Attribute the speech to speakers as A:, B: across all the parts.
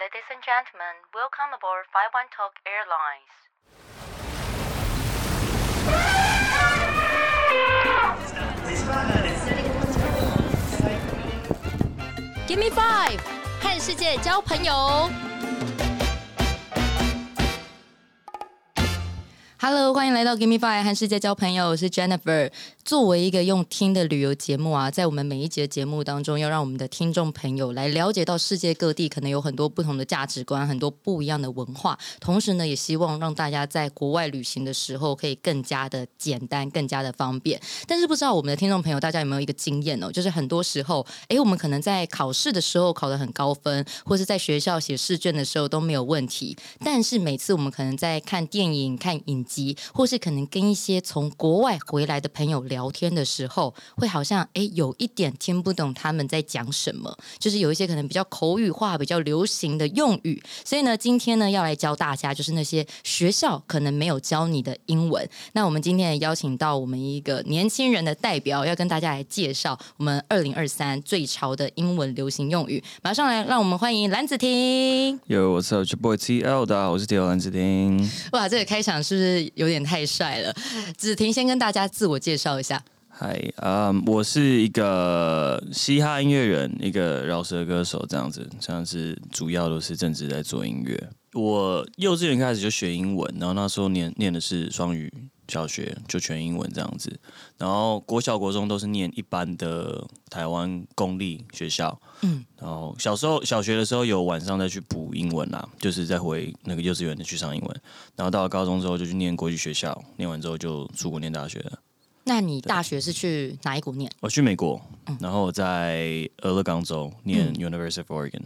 A: Ladies and gentlemen, welcome aboard 51 Talk Airlines.
B: ，Give me five，和世界交朋友。Hello，欢迎来到 Give Me Five 和世界交朋友，我是 Jennifer。作为一个用听的旅游节目啊，在我们每一集的节目当中，要让我们的听众朋友来了解到世界各地可能有很多不同的价值观，很多不一样的文化。同时呢，也希望让大家在国外旅行的时候可以更加的简单，更加的方便。但是不知道我们的听众朋友大家有没有一个经验哦，就是很多时候，诶，我们可能在考试的时候考得很高分，或是在学校写试卷的时候都没有问题，但是每次我们可能在看电影、看影集，或是可能跟一些从国外回来的朋友聊天的时候，会好像诶有一点听不懂他们在讲什么，就是有一些可能比较口语化、比较流行的用语。所以呢，今天呢要来教大家，就是那些学校可能没有教你的英文。那我们今天也邀请到我们一个年轻人的代表，要跟大家来介绍我们二零二三最潮的英文流行用语。马上来，让我们欢迎蓝子婷。
C: Yo, what's up? It's your boy TL，大家好，我是 TL 蓝志婷。
B: 哇，这个开场是不是有点太帅了？子婷先跟大家自我介绍一下。
C: 嗨，嗯，我是一个嘻哈音乐人，一个饶舌歌手，这样子，像是主要都是正职在做音乐。我幼稚园开始就学英文，然后那时候念念的是双语小学，就全英文这样子。然后国小、国中都是念一般的台湾公立学校，嗯。然后小时候小学的时候有晚上再去补英文啦，就是再回那个幼稚园的去上英文。然后到了高中之后就去念国际学校，念完之后就出国念大学了。
B: 那你大学是去哪一国念？
C: 我去美国，
B: 嗯
C: 然后我在俄勒冈州念 University of Oregon，、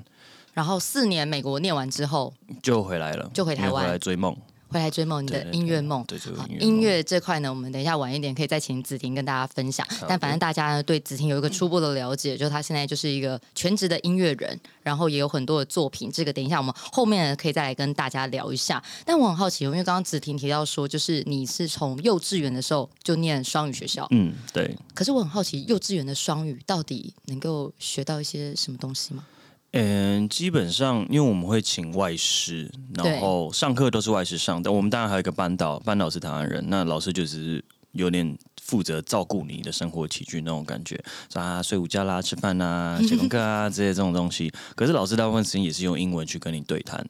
B: 然后四年美国念完之后，
C: 就回来了，
B: 就回台湾
C: 因为回来追梦。
B: 回来追梦你的
C: 对对
B: 音乐梦。
C: 对对
B: 好
C: 音乐梦
B: 音乐这块呢，我们等一下晚一点可以再请子婷跟大家分享。但反正大家呢对子婷有一个初步的了解，就是她现在就是一个全职的音乐人，然后也有很多的作品。这个等一下我们后面呢可以再来跟大家聊一下。但我很好奇哦，因为刚刚子婷提到说，就是你是从幼稚园的时候就念双语学校，
C: 嗯，对，
B: 可是我很好奇，幼稚园的双语到底能够学到一些什么东西吗？
C: 嗯，基本上因为我们会请外师，然后上课都是外师上，但我们当然还有一个班导，班导是台湾人，那老师就只是有点负责照顾你的生活起居那种感觉，说啊睡午觉啦、吃饭啦、写功课啊这些这种东西。可是老师大部分时间也是用英文去跟你对谈，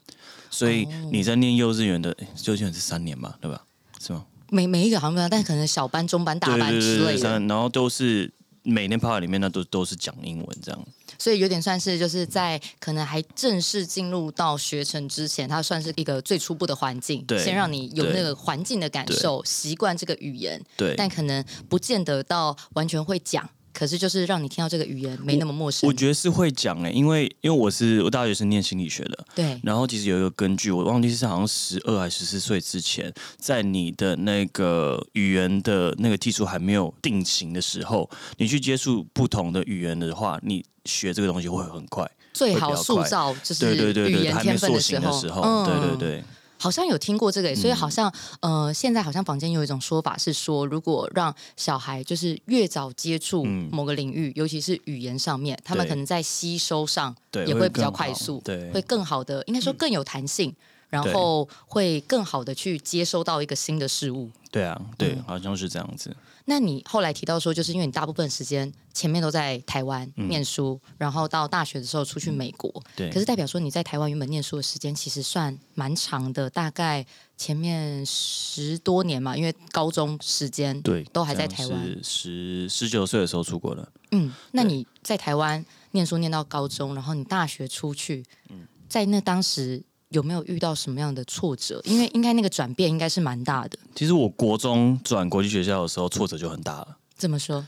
C: 所以
B: 哦
C: 你在念幼稚园的诶幼稚园是三年吧，对吧？是吗？
B: 每每一个好像不一样，但可能小班、中班、大
C: 对
B: 班
C: 对对
B: 之
C: 对
B: 类的，
C: 三然后都是每天泡在里面，那都都是讲英文这样。
B: 所以有点算是就是在可能还正式进入到学程之前，它算是一个最初步的环境，
C: 对
B: 先让你有
C: 对
B: 那个环境的感受，习惯这个语言，
C: 对，
B: 但可能不见得到完全会讲，可是就是让你听到这个语言没那么陌
C: 我
B: 生。
C: 觉得是会讲诶、因为因为我是我大学是念心理学的，
B: 对，
C: 然后其实有一个根据，我忘记是好像十二还是十四岁之前，在你的那个语言的那个技术还没有定型的时候，你去接触不同的语言的话，你学这个东西会很快。
B: 最好
C: 会比较
B: 塑
C: 快
B: 造就是
C: 对对对
B: 语
C: 对，
B: 言
C: 还
B: 天
C: 没
B: 分
C: 塑
B: 时
C: 形的时候，
B: 嗯，
C: 对对对，
B: 好像有听过
C: 嗯
B: 这个耶，所以好像、呃，现在好像坊间有一种说法是说，如果让小孩就是越早接触
C: 嗯
B: 某个领域，尤其是语言上面，他们
C: 对
B: 可能在吸收上
C: 对
B: 也
C: 会
B: 会比较
C: 更好
B: 快速，
C: 对嗯
B: 会更好的，应该说更有弹性，然
C: 对
B: 后会更好的去接收到一个新的事物。
C: 对啊，对，
B: 嗯
C: 好像是这样子。
B: 那你后来提到说，就是因为你大部分时间前面都在台湾念书，然后到大学的时候出去美国，
C: 嗯对
B: 可是代表说你在台湾原本念书的时间其实算蛮长的，大概前面十多年嘛，因为高中时间
C: 对，
B: 都还在台湾。
C: 是十十九岁的时候出国的。
B: 嗯，那你在台湾念书念到高中，然后你大学出去，
C: 嗯
B: 在那当时有没有遇到什么样的挫折？因为应该那个转变应该是蛮大的。
C: 其实我国中转国际学校的时候，挫折就很大了。
B: 怎么说？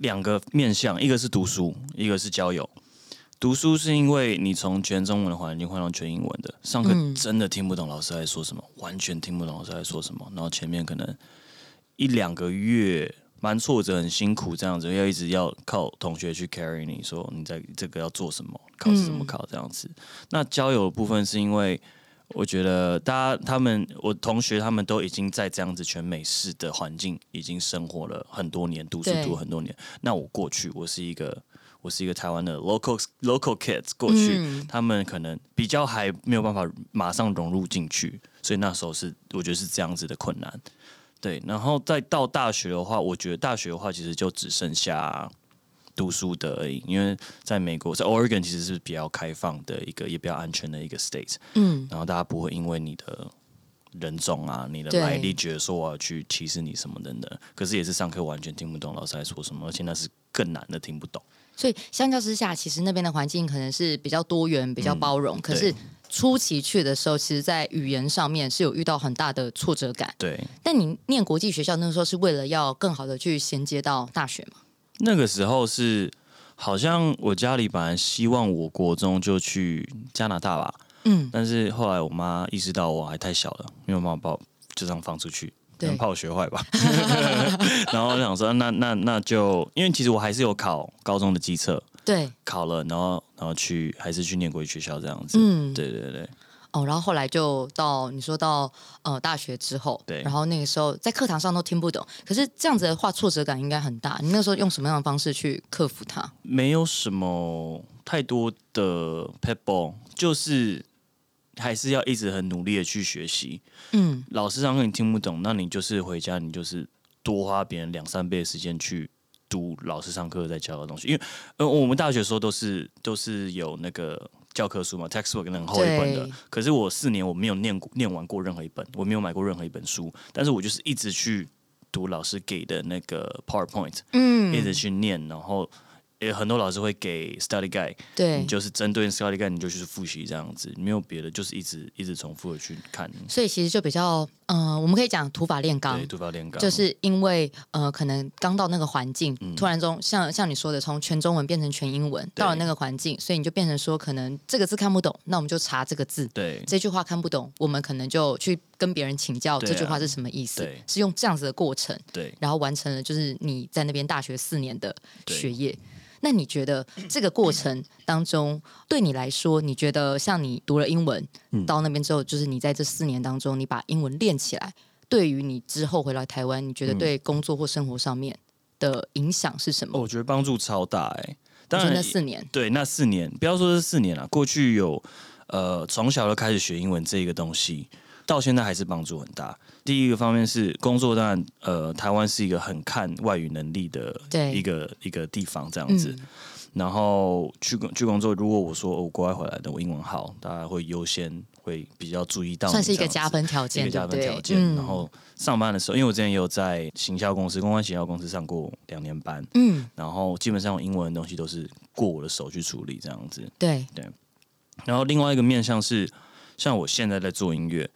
C: 两个面向，一个是读书，一个是交友。读书是因为你从全中文的环境换到全英文的，上课真的听不懂老师在说什么，完全听不懂老师在说什么。然后前面可能一两个月蛮挫折，很辛苦这样子，要一直要靠同学去 carry 你说你在这个要做什么，考试怎么考这样子。那交友的部分是因为我觉得大家他们，我同学他们都已经在这样子全美式的环境已经生活了很多年，读书
B: 对
C: 读很多年。那我过去，我是一个我是一个台湾的 local local kids 过去，
B: 嗯
C: 他们可能比较还没有办法马上融入进去，所以那时候是我觉得是这样子的困难。对，然后再到大学的话，我觉得大学的话其实就只剩下读书的而已，因为在美国，在 Oregon 其实是比较开放的一个，也比较安全的一个 state，
B: 嗯，
C: 然后大家不会因为你的人种啊、你的
B: 对
C: 来历，觉得说我要去歧视你什么等等。可是也是上课完全听不懂老师在说什么，而且那是更难的听不懂。
B: 所以相较之下，其实那边的环境可能是比较多元、
C: 嗯
B: 比较包容。可是初期去的时候，其实，在语言上面是有遇到很大的挫折感。
C: 对，
B: 但你念国际学校那时候是为了要更好的去衔接到大学嘛？
C: 那个时候是好像我家里本来希望我国中就去加拿大吧，
B: 嗯，
C: 但是后来我妈意识到我还太小了，因为我妈把我就这样放出去，可
B: 对
C: 能怕我学 坏吧。 然后我想说，那那那就，因为其实我还是有考高中的机测，
B: 对，
C: 考了，然后然后去还是去念国际学校这样子。
B: 嗯，
C: 对对对，
B: 哦，然后后来就到你说到呃大学之后，
C: 对
B: 然后那个时候在课堂上都听不懂，可是这样子的话挫折感应该很大。你那时候用什么样的方式去克服它？
C: 没有什么太多的 pebble，就是还是要一直很努力的去学习。
B: 嗯，
C: 老师上课你听不懂，那你就是回家，你就是多花别人两三倍的时间去读老师上课在教的东西。因为呃，我们大学的时候都是都是有那个教科书嘛，textbook 那很厚一本的
B: 对。
C: 可是我四年我没有念过念完过任何一本，我没有买过任何一本书，但是我就是一直去读老师给的那个 PowerPoint，、一
B: 嗯，
C: 直去念，然后。也很多老师会给 study guide，
B: 对
C: 你，就是针对 study guide，你就去复习这样子，没有别的，就是一直一直重复的去看。
B: 所以其实就比较呃，我们可以讲土法炼钢
C: 对，。读法炼钢
B: 就是因为呃，可能刚到那个环境，
C: 嗯
B: 突然中像像你说的，从全中文变成全英文，到了那个环境，所以你就变成说，可能这个字看不懂，那我们就查这个字。
C: 对
B: 这句话看不懂，我们可能就去跟别人请教
C: 对啊
B: 这句话是什么意思，
C: 对
B: 是用这样子的过程，
C: 对，
B: 然后完成了就是你在那边大学四年的
C: 对
B: 学业。那你觉得这个过程当中，对你来说，你觉得像你读了英文、
C: 嗯
B: 到那边之后，就是你在这四年当中，你把英文练起来，对于你之后回来台湾，你觉
C: 嗯
B: 得对工作或生活上面的影响是什么？
C: 哦我觉得帮助超大哎、
B: 你
C: 当
B: 说
C: 然
B: 那四年，
C: 对那四年，不要说是四年了，过去有呃从小就开始学英文这个东西，到现在还是帮助很大。第一个方面是工作，当然呃台湾是一个很看外语能力的
B: 对
C: 一个一个地方这样子。
B: 嗯，
C: 然后去工去工作，如果我说、哦我国外回来的，我英文好，大家会优先会比较注意到你
B: 算是一个
C: 这样子
B: 加分条件，
C: 一个加分
B: 对不
C: 条
B: 对
C: 件。
B: 嗯
C: 然后上班的时候，因为我之前也有在行销公司、公关行销公司上过两年班，
B: 嗯，
C: 然后基本上我英文的东西都是过我的手去处理这样子。
B: 对，
C: 然后另外一个面向是，像我现在在做音乐，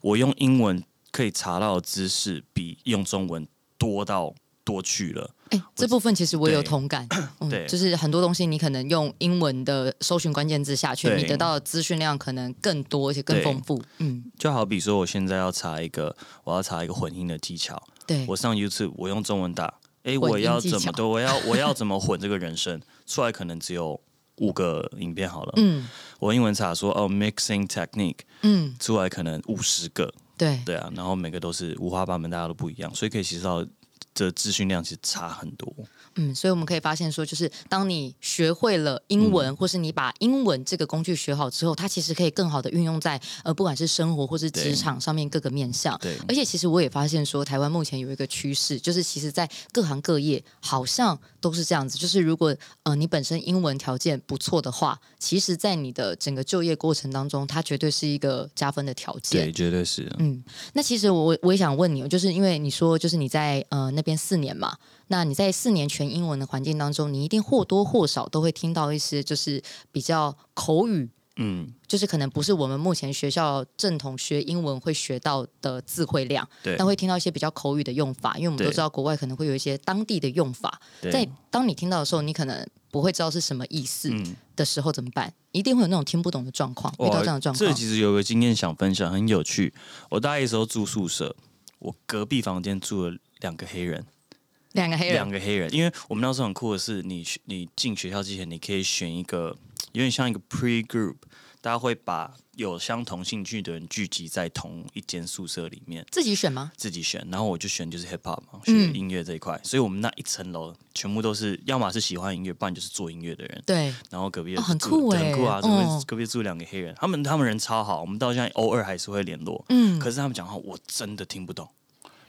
C: 我用英文可以查到的知识比用中文多到多去了。
B: 哎、这部分其实我有
C: 对
B: 同 感，嗯
C: 对
B: 就是很多东西你可能用英文的搜寻关键字下去，
C: 对
B: 你得到的资讯量可能更多，而且更
C: 对
B: 丰富。嗯，
C: 就好比说，我现在要查一个，我要查一个混音的技巧，
B: 对，
C: 我上 YouTube，我用中文打，哎、
B: 混音
C: 我要
B: 技
C: 怎
B: 巧
C: 么对，我要我要怎么混这个人声出来，可能只有五个影片好了。
B: 嗯
C: 我英文查说哦，mixing technique
B: 嗯，
C: 出来可能五十个，
B: 对，
C: 对啊，然后每个都是五花八门，大家都不一样，所以可以其实到这资讯量其实差很多。
B: 嗯，所以我们可以发现说，就是当你学会了英
C: 嗯
B: 文，或是你把英文这个工具学好之后，它其实可以更好的运用在呃，不管是生活或是职
C: 对
B: 场上面各个面向。
C: 对
B: 而且其实我也发现说，台湾目前有一个趋势，就是其实在各行各业好像都是这样子。就是如果呃你本身英文条件不错的话，其实在你的整个就业过程当中，它绝对是一个加分的条件。
C: 对，绝对是。
B: 嗯，那其实我我也想问你哦，就是因为你说就是你在呃那边四年嘛，那你在四年全英文的环境当中，你一定或多或少都会听到一些就是比较口语，
C: 嗯，
B: 就是可能不是我们目前学校正统学英文会学到的词汇量，
C: 对
B: 那会听到一些比较口语的用法，因为我们
C: 对
B: 都知道国外可能会有一些当地的用法，在
C: 对，
B: 当你听到的时候，你可能不会知道是什么意思
C: 嗯，
B: 的时候怎么办？一定会有那种听不懂的状况，遇到这样的状
C: 这
B: 况，
C: 其实有个经验想分享，很有趣。我大一的时候住宿舍，我隔壁房间住了两个黑人。
B: 两个黑人
C: 两，个黑人，因为我们那时候很酷的是，你你进学校之前，你可以选一个有点像一个 pre group，大家会把有相同兴趣的人聚集在同一间宿舍里面。
B: 自己选吗？
C: 自己选，然后我就选就是 hip hop 嘛，学
B: 嗯
C: 音乐这一块，所以我们那一层楼全部都是，要么是喜欢音乐，不然就是做音乐的人。
B: 对，
C: 然后隔壁
B: 哦很
C: 住
B: 酷
C: 对
B: 欸
C: 很酷啊！隔壁、
B: 哦
C: 隔壁住两个黑人，他们他们人超好，我们到现在偶尔还是会联络。
B: 嗯
C: 可是他们讲话我真的听不懂，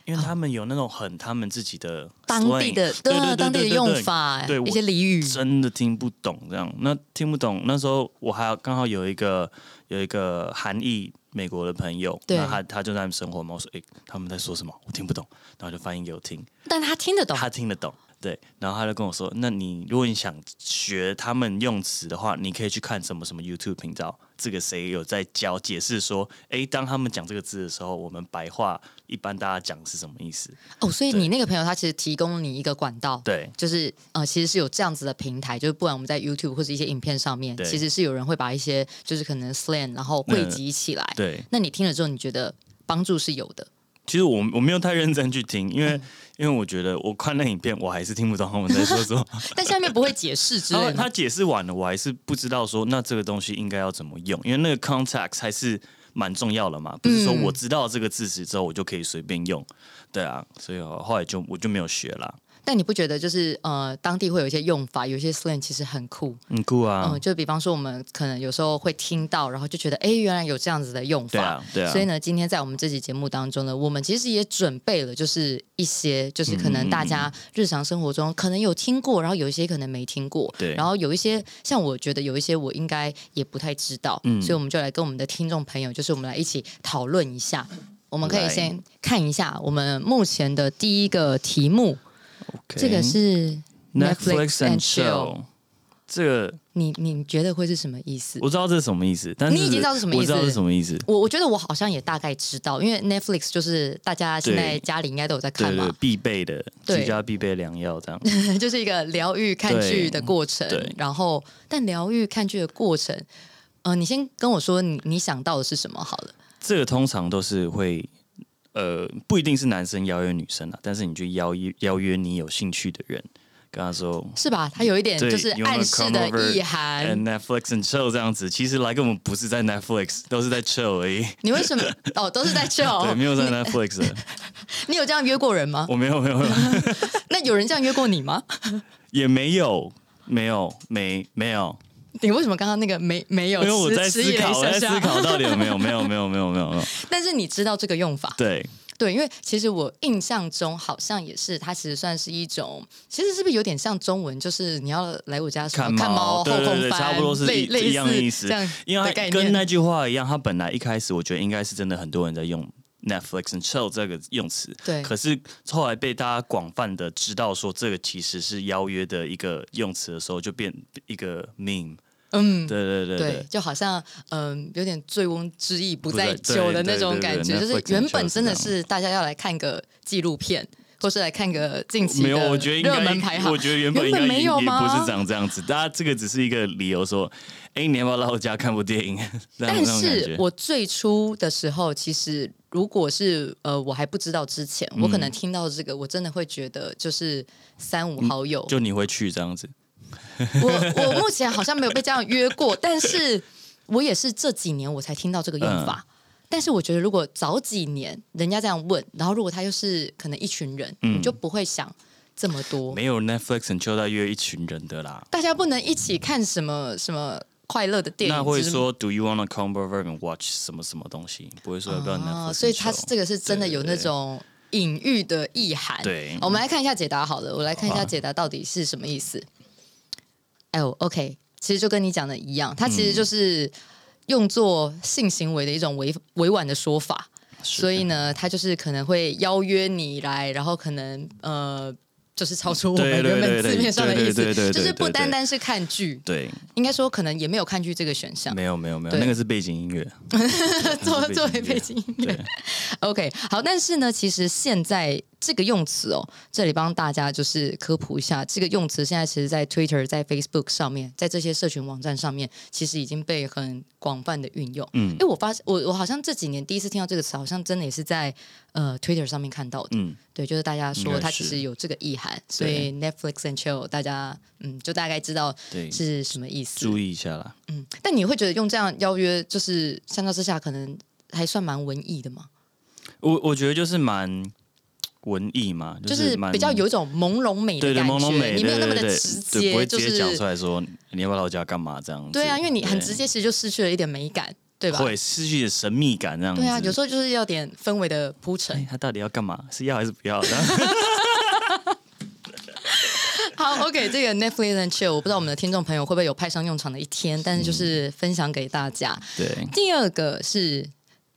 C: 因为他们有那种很他们自己的
B: 当地
C: slang
B: 的
C: 对
B: 啊
C: 对对
B: 当地的
C: 对对
B: 用
C: 对
B: 法，
C: 对我
B: 一些俚语，
C: 真的听不懂这样。那听不懂，那时候我还有刚好有一个有一个韩裔美国的朋友，
B: 对
C: 那他他就在那边生活嘛，我说诶，他们在说什么？我听不懂，然后就翻译给我听，
B: 但他听得懂。
C: 他听得懂。对，然后他就跟我说：“那你如果你想学他们用词的话，你可以去看什么什么 YouTube 频道，这个谁有在教解释说，诶，当他们讲这个字的时候，我们白话一般大家讲是什么意思？
B: 哦，所以
C: 对
B: 你那个朋友他其实提供你一个管道，
C: 对
B: 就是呃，其实是有这样子的平台，就是不管我们在 YouTube 或者一些影片上面，
C: 对嗯
B: 其实是有人会把一些就是可能 slang 然后汇集起来。
C: 对，
B: 那你听了之后，你觉得帮助是有的？
C: 其实我我没有太认真去听，因
B: 嗯
C: 为、因为我觉得我看那影片，我还是听不懂他们在说 什么。
B: 但下面不会解释之
C: 然后
B: 类
C: 哦他
B: 的。
C: 解释完了，我还是不知道说那这个东西应该要怎么用，因为那个 context 还是蛮重要的
B: 嗯
C: 嘛，不是说我知道这个字词之后我就可以随便用。对啊，所以我后来就我就没有学啦。
B: 但你不觉得就是呃，当地会有一些用法，有一些 slang 其实很酷。
C: 很酷啊，
B: 嗯，就比方说我们可能有时候会听到，然后就觉得哎，诶原来有这样子的用法。
C: 对啊对啊
B: 所以呢，今天在我们这期节目当中呢，我们其实也准备了，就是一些就是可能大家日常生活中可能有听过，然后有一些可能没听过，
C: 对
B: 然后有一些像我觉得有一些我应该也不太知道，
C: 嗯
B: 所以我们就来跟我们的听众朋友，就是我们来一起讨论一下。我们可以
C: 来
B: 先看一下我们目前的第一个题目，这个是
C: Netflix
B: Chill。
C: and Chill。这个
B: 你你觉得会是什么意思？
C: 我知道这是什么意思，但是
B: 你已经知道是什么意思
C: 我知道是什么意思。
B: 我我觉得我好像也大概知道，因为 Netflix 就是大家现在
C: 对
B: 家里应该都有在
C: 对
B: 看
C: 对
B: 嘛，，
C: 必备的
B: 对
C: 居家必备良药这样。
B: 就是一个疗愈看剧的过程
C: 对对。
B: 然后，但疗愈看剧的过程，呃，你先跟我说你你想到的是什么好了。
C: 这个通常都是会，呃，不一定是男生邀约女生啊，但是你就邀约邀约你有兴趣的人，跟他说。
B: 是吧？它有一点嗯
C: 对
B: 就是
C: ，you wanna
B: 暗示
C: come
B: 的
C: over
B: 意涵
C: And。Netflix and chill 这样子，其实来根本不是在 Netflix，都是在 chill 而已。
B: 你为什 么？哦，都是在
C: 对，
B: chill。
C: 没 有在 Netflix，的
B: 你有这样约过人吗？
C: 我没有没有 没有
B: 那有人这样约过你吗？
C: 也没有没有没没有，
B: 你为什么刚刚那个没没有？
C: 因为我在
B: 迟
C: 思
B: 迟疑了
C: 考，
B: 一
C: 我
B: 下
C: 在
B: 下
C: 思考到底有没有没有没有没有没有没有，
B: 但是你知道这个用法，
C: 对，
B: 对，因为其实我印象中好像也是，它其实算是一种，其实是不是有点像中文，就是你要来我家什么
C: 看
B: 看
C: 猫
B: 猫后
C: 对对
B: 空
C: 对
B: 翻，
C: 差不多是
B: 类
C: 一
B: 类
C: 一样
B: 似
C: 意思
B: 这样
C: 因为
B: 的
C: 它
B: 概
C: 跟
B: 念。
C: 那句话一样，它本来一开始我觉得应该是真的很多人在用 Netflix and chill 这个用词，
B: 对
C: 可是后来被大家广泛的知道说这个其实是邀约的一个用词的时候，就变一个 meme。嗯，对对对
B: 对，就好像嗯、有点醉翁之意不
C: 不
B: 在
C: 在
B: 酒的
C: 对
B: 那
C: 对
B: 种
C: 对
B: 感
C: 对
B: 觉，
C: 那
B: 就是
C: 会
B: 原
C: 很
B: 本
C: 像
B: 真的
C: 是这样
B: 是大家要来看个纪录片，或是来看个近期
C: 没
B: 的
C: 有，我觉得应
B: 热门
C: 该
B: 排，行，
C: 我觉得原本应该
B: 原本没
C: 也也
B: 有吗
C: 不是长这样子。大家这个只是一个理由，说，哎，你要不要来我家看部电影？ 这样
B: 但
C: 那种感
B: 是
C: 觉
B: 我最初的时候，其实如果是呃我还不知道之前，我可
C: 嗯
B: 能听到这个，我真的会觉得就是三五好友。
C: 就你会去这样子，
B: 我我目前好像没有被这样约过，但是我也是这几年我才听到这个用
C: 嗯
B: 法。但是我觉得，如果早几年人家这样问，然后如果他又是可能一群人，你就不会想这么多。
C: 嗯没有 Netflix and chill 在约一群人的啦。
B: 大家不能一起看什么什么快乐的电影，
C: 那会
B: 就是
C: 说 Do you wanna come over and watch 什么什么东西？不会说要不要 Netflix？、
B: 哦，所以它是这个是真的有那种隐喻的意涵。
C: 对
B: 我们来看一下解答好了，我来看一
C: 好
B: 下
C: 啊
B: 解答到底是什么意思。哎呦，OK，其实就跟你讲的一样，它
C: 嗯
B: 其实就是用作性行为的一种委委婉的说法。所以呢，他就是可能会邀约你来，然后可能呃，就是超出我们
C: 对对
B: 原本
C: 对对
B: 字面上的意
C: 对对
B: 思，
C: 对对对
B: 就是不
C: 对对
B: 单单是看剧，
C: 对，
B: 应该说可能也没有看剧这个选项，
C: 没有没有没有，
B: 对
C: 那个是背景音乐，
B: 作作为背景音乐
C: 对。
B: OK，好，但是呢，其实现在这个用词哦，这里帮大家就是科普一下，这个用词现在其实在 Twitter、在 Facebook 上面，在这些社群网站上面，其实已经被很广泛的运用。嗯，因为我发现我我好像这几年第一次听到这个词，好像真的也是在呃 Twitter 上面看到的。
C: 嗯，
B: 对，就是大家
C: 应该
B: 说
C: 是
B: 它其实有这个意涵，所以 Netflix and chill，大家嗯就大概知道
C: 对
B: 是什么意思。
C: 注意一下啦。
B: 嗯，但你会觉得用这样邀约，就是相较之下，可能还算蛮文艺的嘛，
C: 我我觉得就是蛮文艺嘛，
B: 就是是
C: 蛮
B: 比较有一种朦胧美
C: 对
B: 的
C: 对
B: 感觉，
C: 朦胧美，
B: 你没有那么
C: 对
B: 的
C: 对对
B: 直
C: 对不会
B: 接，就
C: 直接讲
B: 是
C: 出来说你要不要来我家干嘛这样子。
B: 对啊，因为你很直
C: 接，
B: 接，其实就失去了一点美感，对吧？
C: 会失去神秘感这样子。
B: 对啊，有时候就是要点氛围的铺陈
C: 哎。他到底要干嘛？是要还是不要？ 然后
B: 好，OK，这个 Netflix and chill，我不知道我们的听众朋友会不会有派上用场的一天，但是就是分享给大家。
C: 对
B: 第二个是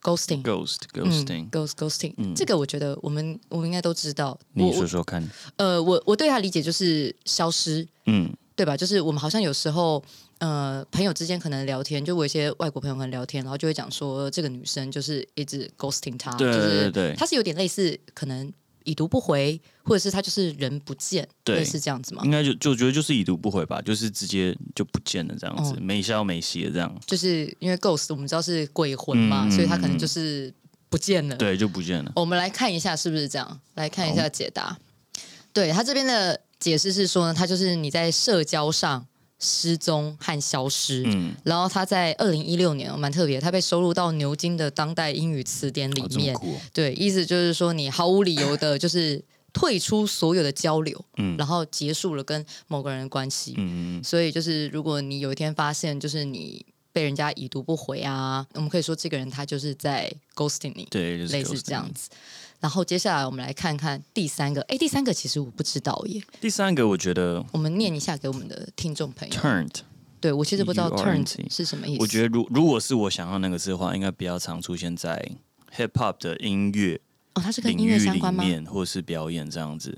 B: ghosting。
C: ，ghost
B: 嗯
C: ghosting，嗯
B: ghost ghosting，、这个我觉得我们我们应该都知道。我
C: 你说说看。
B: 呃，我我对他理解就是消失，
C: 嗯，
B: 对吧？就是我们好像有时候，呃，朋友之间可能聊天，就我一些外国朋友可能聊天，然后就会讲说这个女生就是一直 ghosting 他，
C: 对对
B: 就
C: 对
B: 是他是有点类似可能已读不回，或者是他就是人不见，
C: 对
B: 类似这样子嘛
C: 应。该就就觉得就是已读不回吧，就是直接就不见了这样子，
B: 哦
C: 没消没息的这样，
B: 就是因为 ghost 我们知道是鬼魂嘛，
C: 嗯嗯
B: 所以他可能就是不见了。哦
C: 对，就不见了。
B: 我们来看一下是不是这样，来看一下解答。对他这边的解释是说呢，他就是你在社交上失踪和消失。
C: 嗯，
B: 然后他在二零一六年哦蛮特别，他被收录到牛津的当代英语词典里
C: 哦这么
B: 面。
C: 酷哦，
B: 对，意思就是说你毫无理由的，就是退出所有的交流，
C: 嗯
B: 然后结束了跟某个人的关系。
C: 嗯，嗯嗯
B: 所以就是，如果你有一天发现，就是你被人家已读不回啊，我们可以说这个人他就是在 ghosting 你，
C: 对，就是
B: 类似这
C: ghosting
B: 样子。然后接下来我们来看看第三个，哎，第三个其实我不知道耶，
C: 第三个，我觉得
B: 我们念一下给我们的听众朋友。
C: turned，
B: 对我其实不知道
C: URNT
B: turn 是什么意思，
C: 我觉得如如果是我想要那个字的话，应该比较常出现在 hip hop 的音乐
B: 哦，它是跟
C: 领
B: 音乐
C: 域
B: 相
C: 里
B: 关吗？
C: 面，或是表演这样子。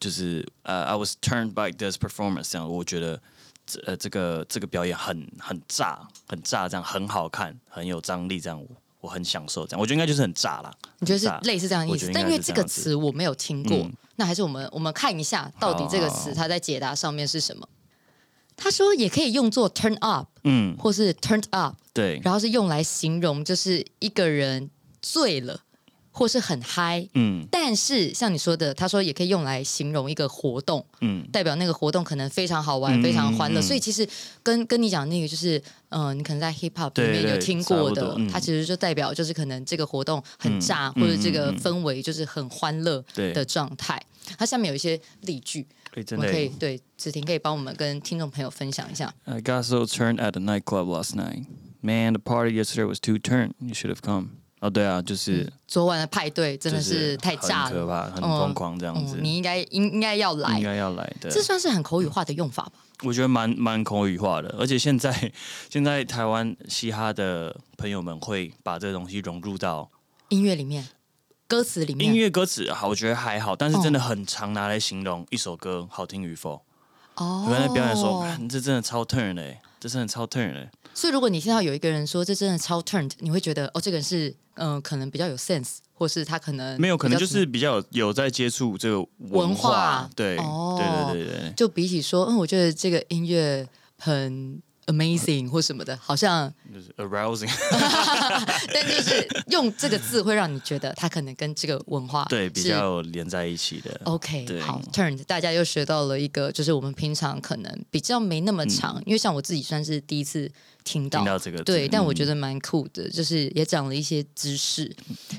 C: 就是呃、i was turned by this performance，这样我觉得这呃这个这个表演很很炸，很炸，这样很好看，很有张力，这样我我很享受，这样我觉得应该就是很炸啦。
B: 你觉得是
C: 很炸
B: 类似这样的意思
C: 我觉得应？该
B: 但因为这
C: 是这
B: 个
C: 样子
B: 词我没有听过，
C: 嗯
B: 那还是我们我们看一下到底这个词
C: 好
B: 它在解答上面是什么。他说也可以用作 turn up
C: 嗯，
B: 或是 turned up，
C: 对，
B: 然后是用来形容就是一个人醉了或是很嗨。
C: 嗯
B: 但是像你说的，他说也可以用来形容一个活动，
C: 嗯，
B: 代表那个活动可能非常好玩、
C: 嗯
B: 非常欢乐。
C: 嗯
B: 所以其实跟跟你讲那个就是，嗯、你可能在 hip hop 里
C: 对
B: 面有听过的
C: 对差不多，嗯
B: 它其实就代表就是可能这个活动很炸，
C: 嗯
B: 或者这个
C: 嗯嗯
B: 氛围就是很欢乐
C: 对
B: 的状态。它下面有一些例句，
C: 可以哎真
B: 我
C: 的
B: 们可以对子婷可以帮我们跟听众朋友分享一下。
C: I got so turned at the nightclub last night. Man, the party yesterday was too turned. You should have come. 哦，对啊，就是
B: 昨晚的派对嗯真的
C: 就是
B: 太炸
C: 很可
B: 了，
C: 怕，很疯狂这样子
B: 嗯，，你应该应应该要
C: 应
B: 来，
C: 该要来啊的。
B: 这算是很口语化的用法吧？
C: 我觉得蛮蛮口语化的，而且现在 现在台湾嘻哈的朋友们会把这东西融入到
B: 音乐里面，歌词里面，
C: 音乐歌词，好，我觉得还好，但是真的很常拿来形容一首歌好听与否。
B: 哦，
C: 有人在表演说，看这真的超 turn 的欸，这真的超 turn 的欸。
B: 所以，如果你听到有一个人说这真的超 turned，你会觉得哦，这个人是嗯、呃可能比较有 sense，或是他可能
C: 没有，可
B: 嗯
C: 能
B: 比较
C: 就
B: 什
C: 是比较有有在接触这个
B: 文化
C: 对，
B: 哦
C: 对对对对
B: 么，就比起说嗯，我觉得这个音乐很 amazing 或什么的，好像，
C: 就是 arousing，
B: 但就是用这个字会让你觉得他可能跟这个文化
C: 对，比
B: 是哦
C: 较有连在一起的。
B: OK，
C: 对
B: 好，turned，大家又学到了一个，就是我们平常可能比较没那么
C: 嗯
B: 长，因为像我自己算是第一次听到
C: 听到这个字
B: 对，但我觉
C: 嗯
B: 得蛮酷的，就是也长了一些知识。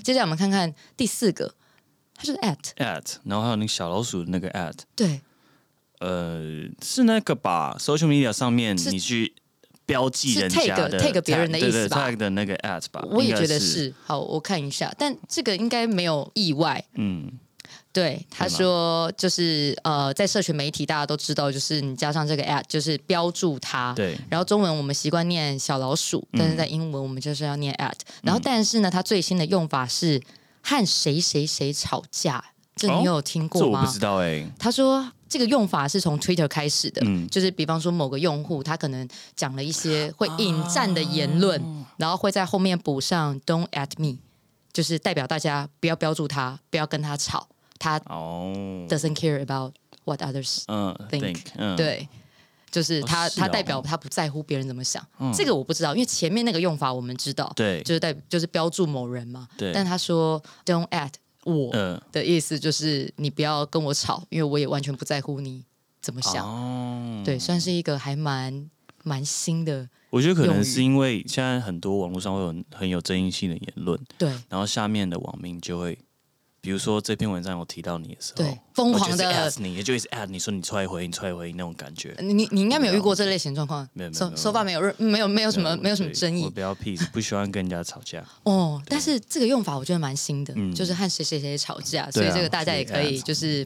B: 接下来我们看看第四个，它是 at，
C: at，然后还有那个小老鼠的那个 at，
B: 对，
C: 呃，是那个吧？social media 上面
B: 是
C: 你去标记
B: 是
C: 人家
B: tag-
C: 的
B: tag 别人的
C: tag-
B: 意思吧
C: 对对 tag 的那个 at 吧，
B: 我也
C: 应该
B: 觉得
C: 是，
B: 是。好，我看一下，但这个应该没有意外。
C: 嗯，
B: 对，他
C: 吗
B: 说就是呃，在社群媒体大家都知道，就是你加上这个 at，就是标注它。
C: 对嗯
B: 然后中文我们习惯念小老鼠，但是在英文我们就是要念 at、然后但是呢，它最新的用法是和谁谁谁吵架，这
C: 哦
B: 你有听
C: 这
B: 过
C: 我
B: 吗？
C: 不知道哎，
B: 他说这个用法是从 Twitter 开始的，
C: 嗯
B: 就是比方说某个用户他可能讲了一些会引战的言论，
C: 啊
B: 然后会在后面补上 “Don't at me”，就是代表大家不要标注他，不要跟他吵。他
C: 哦，
B: doesn't care about what others
C: 嗯
B: think，
C: ，think，嗯，，
B: 对，就是他、
C: 是
B: 他
C: 哦
B: 代表他不在乎别人怎么想，这个我不知道，因为前面那个用法我们知道，
C: 对
B: 就是代就是标注某人嘛，
C: 对
B: 但他说 don't at 我
C: 嗯
B: 的意思就是你不要跟我吵，因为我也完全不在乎你怎么想，
C: 哦，
B: 对，算是一个还蛮蛮新的，
C: 我觉得可
B: 用
C: 能
B: 语
C: 是因为现在很多网络上会有很很有争议性的言论，
B: 对
C: 然后下面的网民就会，比如说这篇文章有提到你的时候，
B: 对，疯狂
C: 哦我就
B: 的呃
C: 一直。at 你，就一直 at 你说你踹回，你踹回那种感觉。
B: 你你你应该没有遇过这类型状况
C: 没有，没有没
B: 手
C: 有
B: 手法没有任没有没有什么
C: 对
B: 没有什么
C: 对
B: 争
C: 我
B: 议
C: 比较 peace，不喜欢跟人家吵 架。
B: 哦。但是这个用法我觉得蛮新的，
C: 嗯
B: 就是和谁谁谁吵架，所
C: 对啊
B: 以这个大家也可
C: 所以
B: 以
C: 哎
B: 就是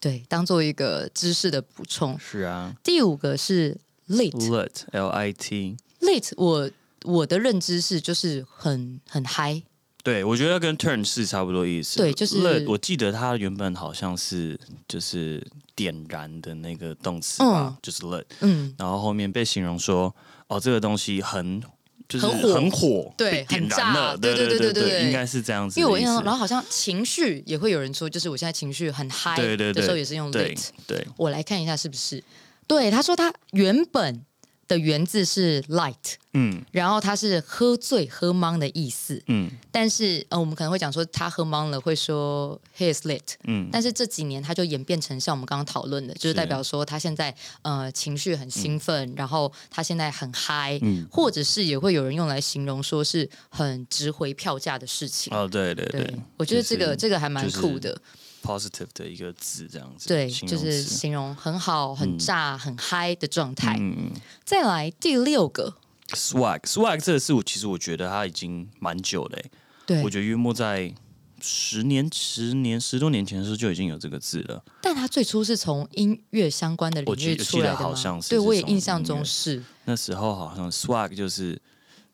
B: 对当做一个知识的补充。
C: 是啊
B: 第五个是 late
C: ，lit l i t，
B: late，我我的认知是就是很很嗨，
C: 对我觉得跟 turn 是差不多意思。
B: 对就是
C: lit，我记得它原本好像是就是点燃的那个动词
B: 嗯
C: 吧，就是 lit，
B: 嗯，
C: 然后后面被形容说哦这个东西很。就是
B: 很火
C: 很火，
B: 对
C: 被点
B: 很
C: 燃
B: 炸
C: 了，
B: 对
C: 对
B: 对对
C: 对
B: 对对
C: 应该是这样子的意
B: 因为
C: 思。
B: 我印象，然后好像情绪也会有人说，就是我现在情绪很嗨
C: 对对对
B: 的时候也是用
C: 对
B: late。
C: 对
B: 我来看一下是不是？对，他说他原本的原字是 light，
C: 嗯
B: 然后它是喝醉喝懵的意思。
C: 嗯
B: 但是呃，我们可能会讲说他喝懵了，会说 he is lit。
C: 嗯，
B: 但是这几年他就演变成像我们刚刚讨论的，就是
C: 是
B: 代表说他现在呃情绪很兴奋，然后他现在很嗨、
C: 嗯
B: 或者是也会有人用来形容说是很值回票价的事情。
C: 哦对对
B: 对
C: 对，
B: 我觉得这个、
C: 就是
B: 这个还蛮
C: 就是
B: 酷的，
C: positive 的一个字这样子，
B: 对，
C: 形
B: 就
C: 容
B: 是
C: 词
B: 形容很好、很炸、很嗨的状态、
C: 嗯
B: 再来第六个，
C: swag swag 这个是我其实我觉得它已经蛮久了欸、
B: 对
C: 我，觉得约莫在十年、十年、十多年前的时候就已经有这个字了。
B: 但他最初是从音乐相关的领
C: 我记
B: 域
C: 我记
B: 出来
C: 得
B: 的吗？
C: 好像是
B: 对，
C: 是
B: 我也
C: 从
B: 印象
C: 音乐
B: 中是。
C: 那时候好像 swag 就是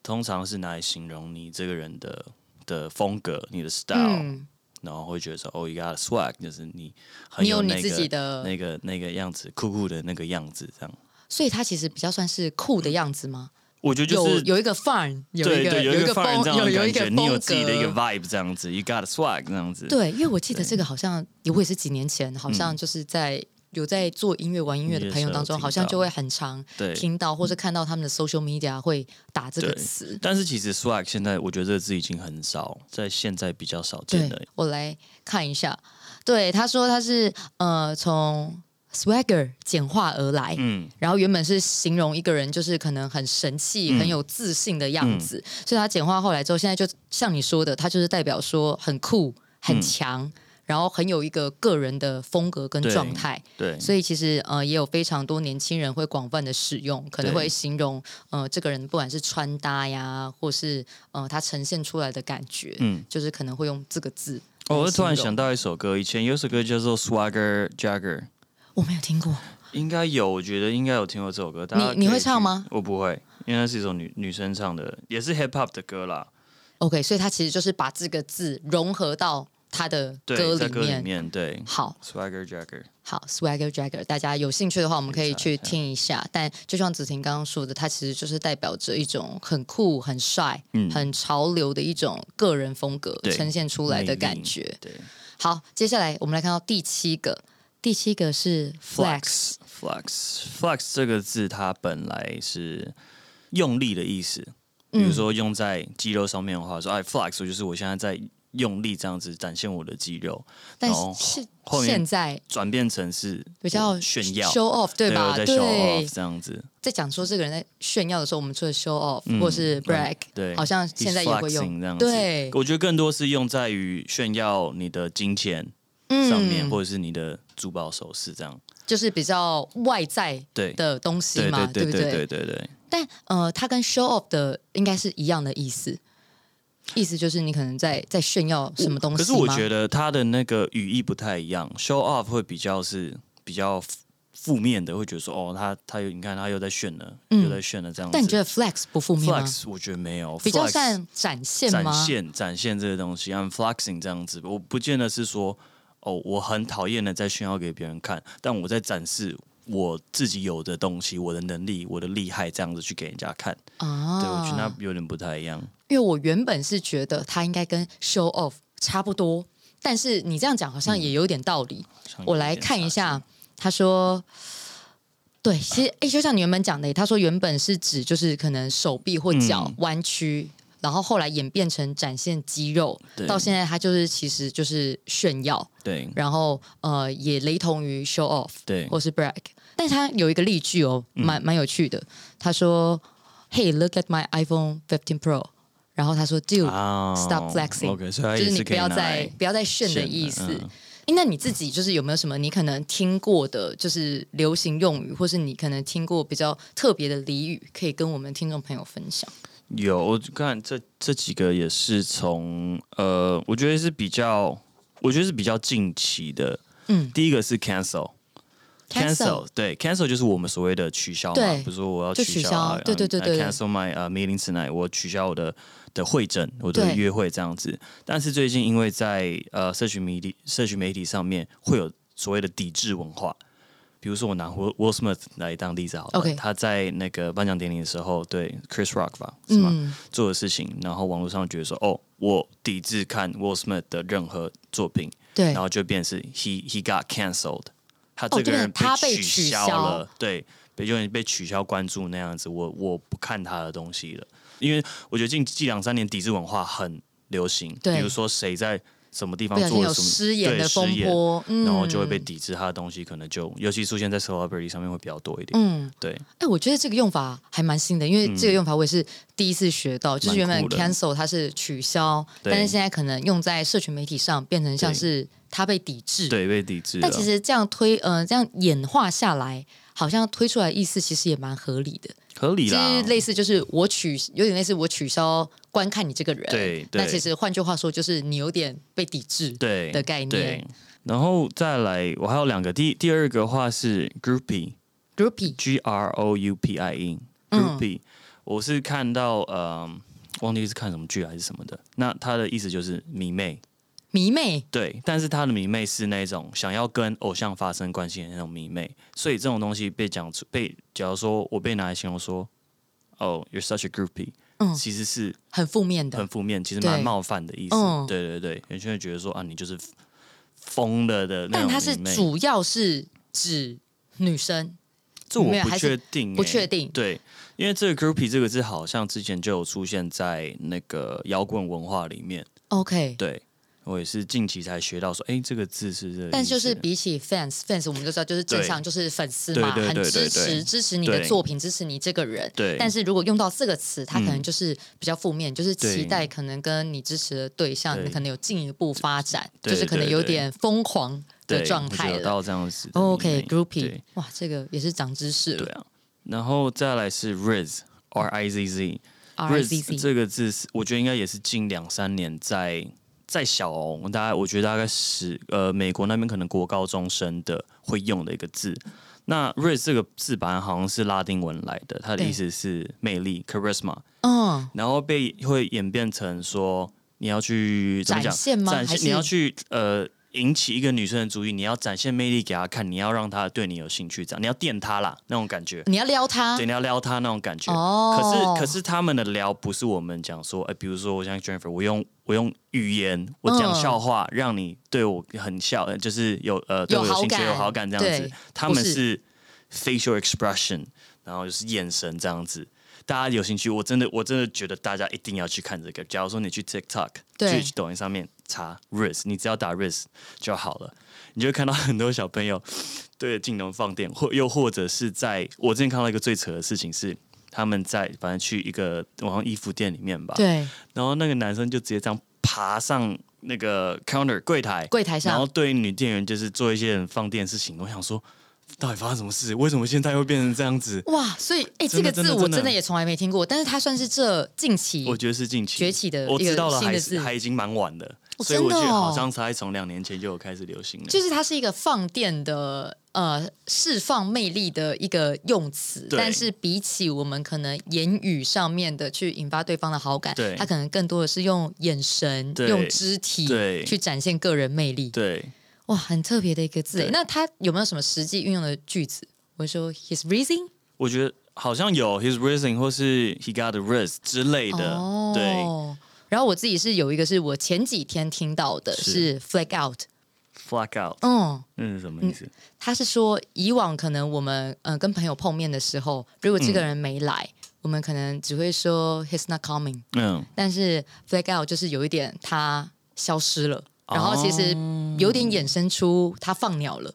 C: 通常是拿来形容你这个人的的风格、你的 style，、
B: 嗯，
C: 然后会觉得说哦，you got a swag，就是你很
B: 你有
C: 那
B: 你
C: 个
B: 自己的
C: 那个那个样子，酷酷的那个样子这样。
B: 所以他其实比较算是酷的样子吗？
C: 我觉得嗯就是
B: 有有一个 fun，有一
C: 对
B: 个
C: 对，
B: 有
C: 一
B: 一个
C: 放人
B: 风
C: 这样
B: 有
C: 的
B: 有一
C: 感
B: 个
C: 觉，
B: 风
C: 你有自己的一个
B: 格
C: vibe 这样子，you got a swag 这样子。
B: 对，因为我记得这个好像我也是几年前，好像就是在。有在做音乐、玩音乐的朋友当中，
C: 嗯音乐的时候听到
B: 好像就会很常
C: 对
B: 听到或者看到他们的 social media 会打这个
C: 对
B: 词。
C: 但是其实 swag 现在我觉得这个字已经很少，在现在比较少见
B: 对
C: 了。，
B: 我来看一下。对，他说他是呃从 swagger 简化而来，
C: 嗯，
B: 然后原本是形容一个人就是可能很神气、
C: 嗯
B: 很有自信的样子，所以他简化后来之后，现在就像你说的，他就是代表说很酷、
C: 嗯
B: 很强，然后很有一个个人的风格跟
C: 对
B: 状态。
C: 对，
B: 所以其实呃，也有非常多年轻人会广泛的使用，可能
C: 对
B: 会形容呃这个人不管是穿搭呀，或是呃他呈现出来的感觉，
C: 嗯，
B: 就是可能会用这个字。
C: 哦我突然想
B: 到，
C: 到一首歌，以前有一首歌叫做 Swagger Jagger，
B: 我没有听过，
C: 应该有，我觉得应该有听过这首歌。大家
B: 你你会
C: 可以去
B: 唱吗？
C: 我不会，因为那是一首女女生唱的，也是 hip hop 的歌啦。
B: OK，所以它其实就是把这个字融合到它的
C: 对，在
B: 里
C: 歌里面，对
B: 好
C: ，Swagger Jagger，
B: 好，Swagger Jagger，大家有兴趣的话，我们可以去听一下。但就像子婷刚刚说的，它其实就是代表着一种很酷、很帅、
C: 嗯
B: 很潮流的一种个人风格
C: 对
B: 呈现出来
C: 魅
B: 的
C: 力
B: 感觉。
C: 对
B: 好，接下来我们来看到第七个，第七个是 flex，
C: ，flex flex 这个字它本来是用力的意思，
B: 嗯
C: 比如说用在肌肉上面的话，说哎 flex，我就是我现在在用力这样子展现我的肌肉，
B: 但
C: 哦然后
B: 是
C: 后面
B: 现在
C: 转变成是
B: 比较
C: 我炫耀
B: show off 对
C: 我
B: 吧？
C: 在 show off 这样子，
B: 在讲说这个人在炫耀的时候，我们除了 show off、或是 brag，、
C: 嗯对，
B: 好像现在也会
C: he's flexing 这
B: 用，
C: 样子
B: 对，
C: 我觉得更多是用在于炫耀你的金钱上
B: 嗯
C: 面，或者是你的珠宝首饰这样。
B: 就是比较外在
C: 对，
B: 的东西
C: 对
B: 嘛，
C: 对
B: 不
C: 对对对对。
B: 但呃，它跟 show off 的应该是一样的意思，意思就是你可能在在炫耀什么东西
C: 可是我觉
B: 得，
C: 得它的那个语义不太一样，show off 会比较是比较负负面的，会觉得说哦，他他又你看他又在炫了，又在炫了这样子。
B: 嗯但你觉得 flex 不负面吗
C: flex 我觉得没有，
B: 比较
C: flex
B: 算展现
C: 展
B: 吗？
C: 现展现这个东西，I'm flexing 这样子，我不见得是说哦，我很讨厌的在炫耀给别人看，但我在展示我自己有的东西，我的能力，我的厉害，这样子去给人家看。
B: 啊，
C: 对我觉得那有点不太一样。
B: 因为我原本是觉得它应该跟 show off 差不多，但是你这样讲好像
C: 嗯
B: 也有点道理。
C: 上
B: 我来看一下，他说。对，其实哎，诶就像你原本讲的，他说原本是指就是可能手臂或脚
C: 嗯
B: 弯曲，然后后来演变成展现肌肉，
C: 对
B: 到现在他就是其实就是炫耀，
C: 对
B: 然后呃也雷同于 show off
C: 对
B: 或是 brag，但他有一个例句哦，蛮
C: 嗯
B: 蛮有趣的。他说：“Hey, look at my iPhone 15 Pro。”然后他说：“Dude,
C: 啊
B: 嗯 stop flexing，、
C: OK，所以它
B: 就是
C: 也
B: 你
C: 是
B: 不
C: 可以
B: 要
C: 拿
B: 再
C: 来
B: 不要再炫的
C: 炫的
B: 意思。
C: 嗯
B: 诶那你自己就是有没有什么你可能听过的，就是流行用语，或是你可能听过比较特别的俚语，可以跟我们听众朋友分享？
C: 有，我看这这几个也是从呃，我觉得是比较，我觉得是比较近期的。
B: 嗯
C: 第一个是 cancel。
B: Cancel
C: 对 cancel 就是我们所谓的取消嘛
B: 对，
C: 比如说我要
B: 就
C: 取
B: 取
C: 消
B: 消
C: 啊，
B: 对对对对对
C: c a n c e l my 呃、meeting tonight，我取消我的的会诊，我的
B: 对
C: 约会这样子。但是最近因为在呃社群媒体社群媒体上面会有所谓的抵制文化，比如说我拿 Will Will Smith 来当例子好了
B: OK
C: 他在那个颁奖典礼的时候对 Chris Rock 吧，是吗？
B: 嗯，
C: 做的事情，然后网络上觉得说，哦，我抵制看 Will Smith 的任何作品，
B: 对
C: 然，后就变成是 he he got cancelled，他这
B: 就
C: 个
B: 变
C: 人
B: 成哦他被
C: 取
B: 取
C: 消
B: 消
C: 了，对，被就被取消关注那样子，我我不看他的东西了，因为我觉得近近两三年抵制文化很流行，
B: 对
C: 比如说谁在什么地
B: 不
C: 方
B: 小心
C: 做
B: 啊有
C: 了什么
B: 失言
C: 对
B: 的风
C: 失言
B: 波，嗯
C: 然后就会被抵制他的东西，可能就尤其出现在 celebrity 上面会比较多一点，
B: 嗯。
C: 对，
B: 哎、我觉得这个用法还蛮新的，因为这个用法我也是第一次学到，就是原本
C: 嗯蛮酷的
B: cancel 它是取消，
C: 对
B: 但是现在可能用在社群媒体上，变成像
C: 对
B: 是它被抵制。
C: 对，被抵制了
B: 但。其实这样推，呃，这样演化下来，好像推出来的意思其实也蛮合理的。
C: 合理
B: 其
C: 啦
B: 实，类似就是我取，有点类似我取消观看你这个人。
C: 对
B: 那
C: 对
B: 其实换句话说，就是你有点被抵制。
C: 对
B: 的概念
C: 对，然后再来，我还有两个，第第二个的话是 groupie，G
B: ，groupie，
C: R O U P I E，
B: 嗯
C: E，groupie，、我是看到呃，忘记是看什么剧还是什么的，那它的意思就是迷妹。
B: 迷妹，
C: 对，但是他的迷妹是那种想要跟偶像发生关系的那种迷妹，所以这种东西被讲出被，假如说我被拿来形容说，哦、y o u r e such a groupie，、
B: 嗯
C: 其实是
B: 很负面的
C: 很。负面，其实蛮
B: 对
C: 冒犯的意思。
B: 嗯
C: 对对对，有些人觉得说啊，你就是疯了的那
B: 但
C: 种
B: 它是
C: 迷妹
B: 主要是指女生。
C: 这我
B: 没有
C: 不
B: 还是
C: 确定欸、
B: 不确定
C: 对，因为这个 groupie 这个字好像之前就有出现在那个摇滚文化里面。
B: OK，
C: 对我也是近期才学到说，哎、这个字是这个意思。
B: 但就是比起 fans，fans 我们就知道就是正常就是粉丝嘛，
C: 对对
B: 很
C: 对
B: 支
C: 对
B: 持
C: 对
B: 支持你的
C: 对
B: 作品，支持你这个人。
C: 对嗯
B: 但是如果用到这个词，它可能就是比较负面，就是
C: 对
B: 期待可能跟你支持的对象
C: 对
B: 可能有进一步发展，
C: 对
B: 就是可能
C: 对
B: 有
C: 对
B: 点疯狂的
C: 对
B: 状
C: 我觉
B: 态
C: 得有
B: 了。哦
C: 到这样子的迷妹。
B: OK，groupie，
C: 对
B: 哇，这个也是长知识
C: 对
B: 了。
C: 啊，然后再来是 riz，r i z z。
B: R I C
C: Riz
B: C，
C: 这个字是，我觉得应该也是近两三年在在小红，大概我觉得大概十呃美国那边可能国高中生的会用的一个字。那 Riz 这个字本来好像是拉丁文来的，它的
B: 对
C: 意思是魅力 （charisma），
B: 嗯，
C: 然后被会演变成说你要去怎么讲
B: 展现吗
C: 展
B: 还
C: 现
B: 是
C: 你要去呃引起一个女生的注意，你要展现魅力给她看，你要让她对你有兴趣，这样你要电她啦那种感觉。
B: 你要撩他
C: 对，你要撩他那种感觉。
B: 哦
C: 可是可是他们的撩不是我们讲说，哎、比如说我像 Jennifer，我用我用语言，我讲
B: 嗯
C: 笑话，让你对我很笑，呃就是有呃对
B: 有
C: 我有
B: 好
C: 兴趣、有
B: 感
C: 好感这样
B: 对
C: 子。他
B: 不
C: 们
B: 是
C: 是 facial expression，然后就是眼神这样子。大家有兴趣，我真的我真的觉得大家一定要去看这个。假如说你去 TikTok、
B: 对
C: 去抖音上面查 Riz，你只要打 Riz 就好了，你就会看到很多小朋友 对着镜头放电，或又或者是在我之前看到一个最扯的事情是，他们在反正去一个好像衣服店里面吧，
B: 对，
C: 然后那个男生就直接这样爬上那个 counter 柜台，
B: 柜台
C: 然后
B: 上
C: 对女店员就是做一些很放电的事情。我想说，到底发生什么事？为什么现在会变成这样子？
B: 哇，所以哎，这
C: 真
B: 个
C: 的真
B: 字
C: 的
B: 我
C: 真的
B: 真的也从来没听过，但是它算是这近期
C: 我觉得是近期
B: 崛起的
C: 我
B: 一个
C: 知道了
B: 新的
C: 还
B: 字
C: 是还已经蛮晚的，
B: 哦
C: 所以我
B: 真
C: 觉
B: 的
C: 得好
B: 哦
C: 像才从两年前就有开始流行了。
B: 就是它是一个放电的呃释放魅力的一个用词，
C: 对
B: 但是比起我们可能言语上面的去引发对方的好感
C: 对，
B: 它可能更多的是用眼神、
C: 对
B: 用肢体
C: 对
B: 去展现个人魅力。
C: 对，
B: 哇，很特别的一个字诶。
C: 对
B: 那它有没有什么实际运用的句子？我说 he's raising，
C: 我觉得好像有 he's rising 或是 he got a rise 之类的，对。
B: 哦，然后我自己是有一个是我前几天听到的，是
C: 是
B: flag out，
C: ，flag out，
B: 嗯。
C: 那是什么意思？
B: 他是说，以往可能我们呃跟朋友碰面的时候，如果这个人没来，我们可能只会说 he's not coming，
C: 嗯，
B: 但是 flag out 就是有一点他消失了，然后其实有点衍生出他放鸟了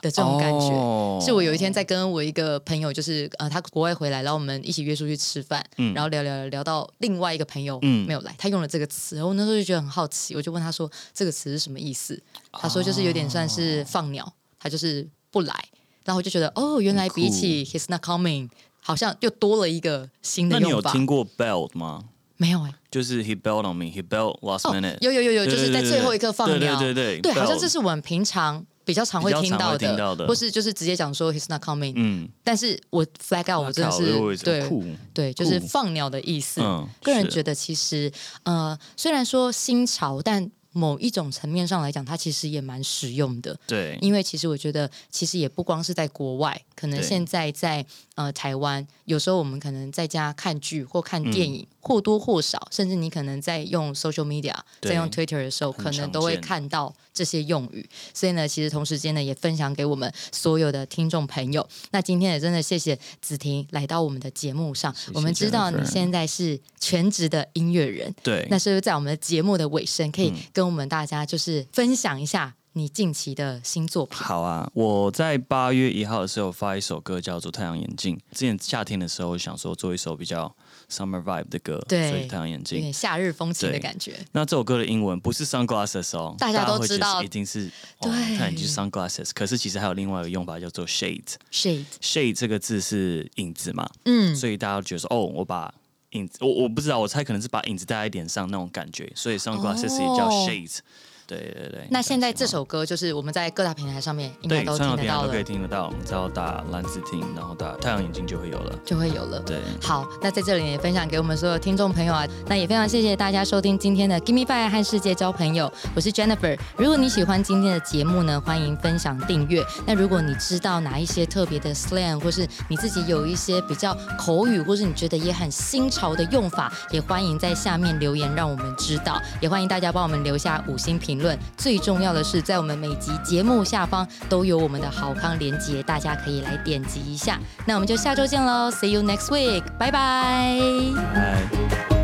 B: 的这种感觉。
C: 哦
B: 是我有一天在跟我一个朋友，就是呃，他国外回来，然后我们一起约出去吃饭，然后聊聊聊到另外一个朋友
C: 嗯
B: 没有来，他用了这个词，然后我那时候就觉得很好奇，我就问他说这个词是什么意思？他说就是有点算是放鸟，他就是不来，然后我就觉得哦，原来
C: 很酷
B: 比起 he's not coming，好像又多了一个新
C: 那
B: 的
C: 你
B: 用
C: 有
B: 法。
C: 听过 belt 吗？
B: 没有哎、
C: 就是 he belled on me，he belled last
B: 哦
C: minute，，
B: 有有有有，
C: 对
B: 就是在最后一刻放鸟，
C: 对对对
B: 对，好像
C: bell
B: 这是我们平常比较常会听到
C: 比较常会听到
B: 的，
C: 的
B: 或是就是直接讲说 he's not coming，
C: 嗯，
B: 但是我 flag 哦 out，我真的
C: 靠我以为
B: 是对
C: 酷，
B: 对，就是
C: 酷
B: 放鸟的意思。
C: 嗯
B: 个人
C: 是
B: 觉得，其实呃，虽然说新潮，但某一种层面上来讲，它其实也蛮实用的。
C: 对，
B: 因为其实我觉得，其实也不光是在国外，可能
C: 对
B: 现在在呃台湾，有时候我们可能在家看剧或看
C: 嗯
B: 电影，或多或少，甚至你可能在用 social media、
C: 对
B: 在用 Twitter 的时候，可
C: 常
B: 能都会
C: 见
B: 看到这些用语。所以呢，其实同时间呢，也分享给我们所有的听众朋友。那今天也真的谢谢子婷来到我们的节目上。我们知道你
C: Jennifer
B: 现在是全职的音乐人，
C: 对，嗯
B: 那是不是在我们的节目的尾声，可以跟我们大家就是分享一下你近期的新作品？
C: 好啊，我在八月一号的时候发一首歌叫做《太阳眼镜》。之前夏天的时候想说做一首比较 summer vibe 的歌，
B: 对
C: 所以《太阳眼
B: 有
C: 镜
B: 点》。夏日风情的
C: 对
B: 感觉。
C: 那这首歌的英文不是 sunglasses 哦，
B: 大家都
C: 会觉
B: 知
C: 得
B: 道
C: 一定是
B: 对
C: 哦，太阳眼镜是 sunglasses。可是其实还有另外一个用法叫做 shade。
B: Shade，
C: shade 这个字是影子嘛，
B: 嗯，
C: 所以大家觉得说哦，我把影子，我我不知道，我猜可能是把影子戴在脸上那种感觉，所以 sunglasses 也叫
B: 哦
C: shade。对对对。
B: 那现在这
C: 首。
B: 首歌就是我们在各大平台上面应该
C: 对，
B: 都
C: 串
B: 听得
C: 流平台
B: 到
C: 都可以
B: 了，
C: 听得到，只要打蓝字听，然后打太阳眼镜就会有了。
B: 就会有了。
C: 对，
B: 好，那在这里也分享给我们所有听众朋友啊，那也非常谢谢大家收听今天的《Give Me Five》和世界交朋友，我是 Jennifer。如果你喜欢今天的节目呢，欢迎分享订阅。那如果你知道哪一些特别的 slang，或是你自己有一些比较口语，或是你觉得也很新潮的用法，也欢迎在下面留言让我们知道。也欢迎大家帮我们留下五星评论。最重要的是，在我们每集节目下方都有我们的好康连接，大家可以来点击一下。那我们就下周见喽，See you next week，拜拜。
C: 拜。